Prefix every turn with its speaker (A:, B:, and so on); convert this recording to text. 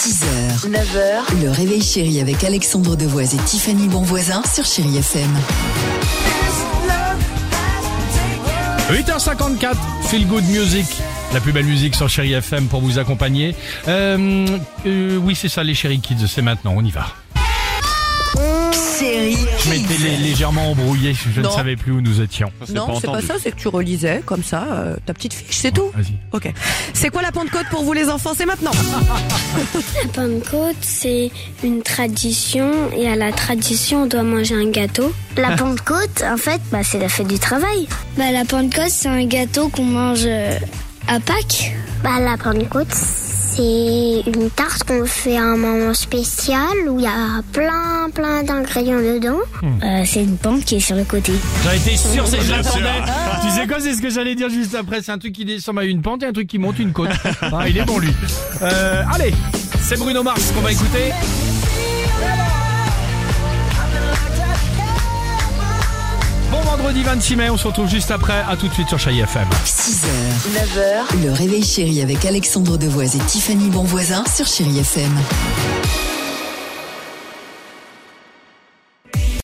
A: 6h, 9h, le réveil chéri avec Alexandre Devoise et Tiffany Bonvoisin sur Chérie FM.
B: 8h54, Feel Good Music. La plus belle musique sur Chéri FM pour vous accompagner. Euh, euh, oui, c'est ça, les Chéri Kids, c'est maintenant, on y va.
A: Chérie
B: Je m'étais lé- légèrement embrouillé, je ne
C: Non.
B: savais plus où nous étions.
C: Non, c'est pas ça, c'est que tu relisais comme ça euh, ta petite fiche, c'est tout.
B: Vas-y.
C: Ok. C'est quoi la Pentecôte pour vous les enfants C'est maintenant.
D: La Pentecôte, c'est une tradition et à la tradition, on doit manger un gâteau. La Pentecôte, en fait, bah, c'est la fête du travail. Bah, la Pentecôte, c'est un gâteau qu'on mange euh, à Pâques. Bah, la Pentecôte, c'est une tarte qu'on fait à un moment spécial où il y a plein, plein d'ingrédients dedans. Euh, c'est une pente qui est sur le côté.
B: J'en étais sûr, c'est que je l'attendais. Tu sais quoi, c'est ce que j'allais dire juste après. C'est un truc qui descend à une pente et un truc qui monte une côte. Ah, il est bon, lui. Euh, allez, c'est Bruno Mars qu'on va écouter. Bon vendredi 26 mai, on se retrouve juste après. À tout de suite sur Chéri FM.
A: 6h, 9h, le réveil chéri avec Alexandre Devoise et Tiffany Bonvoisin sur Chérie FM.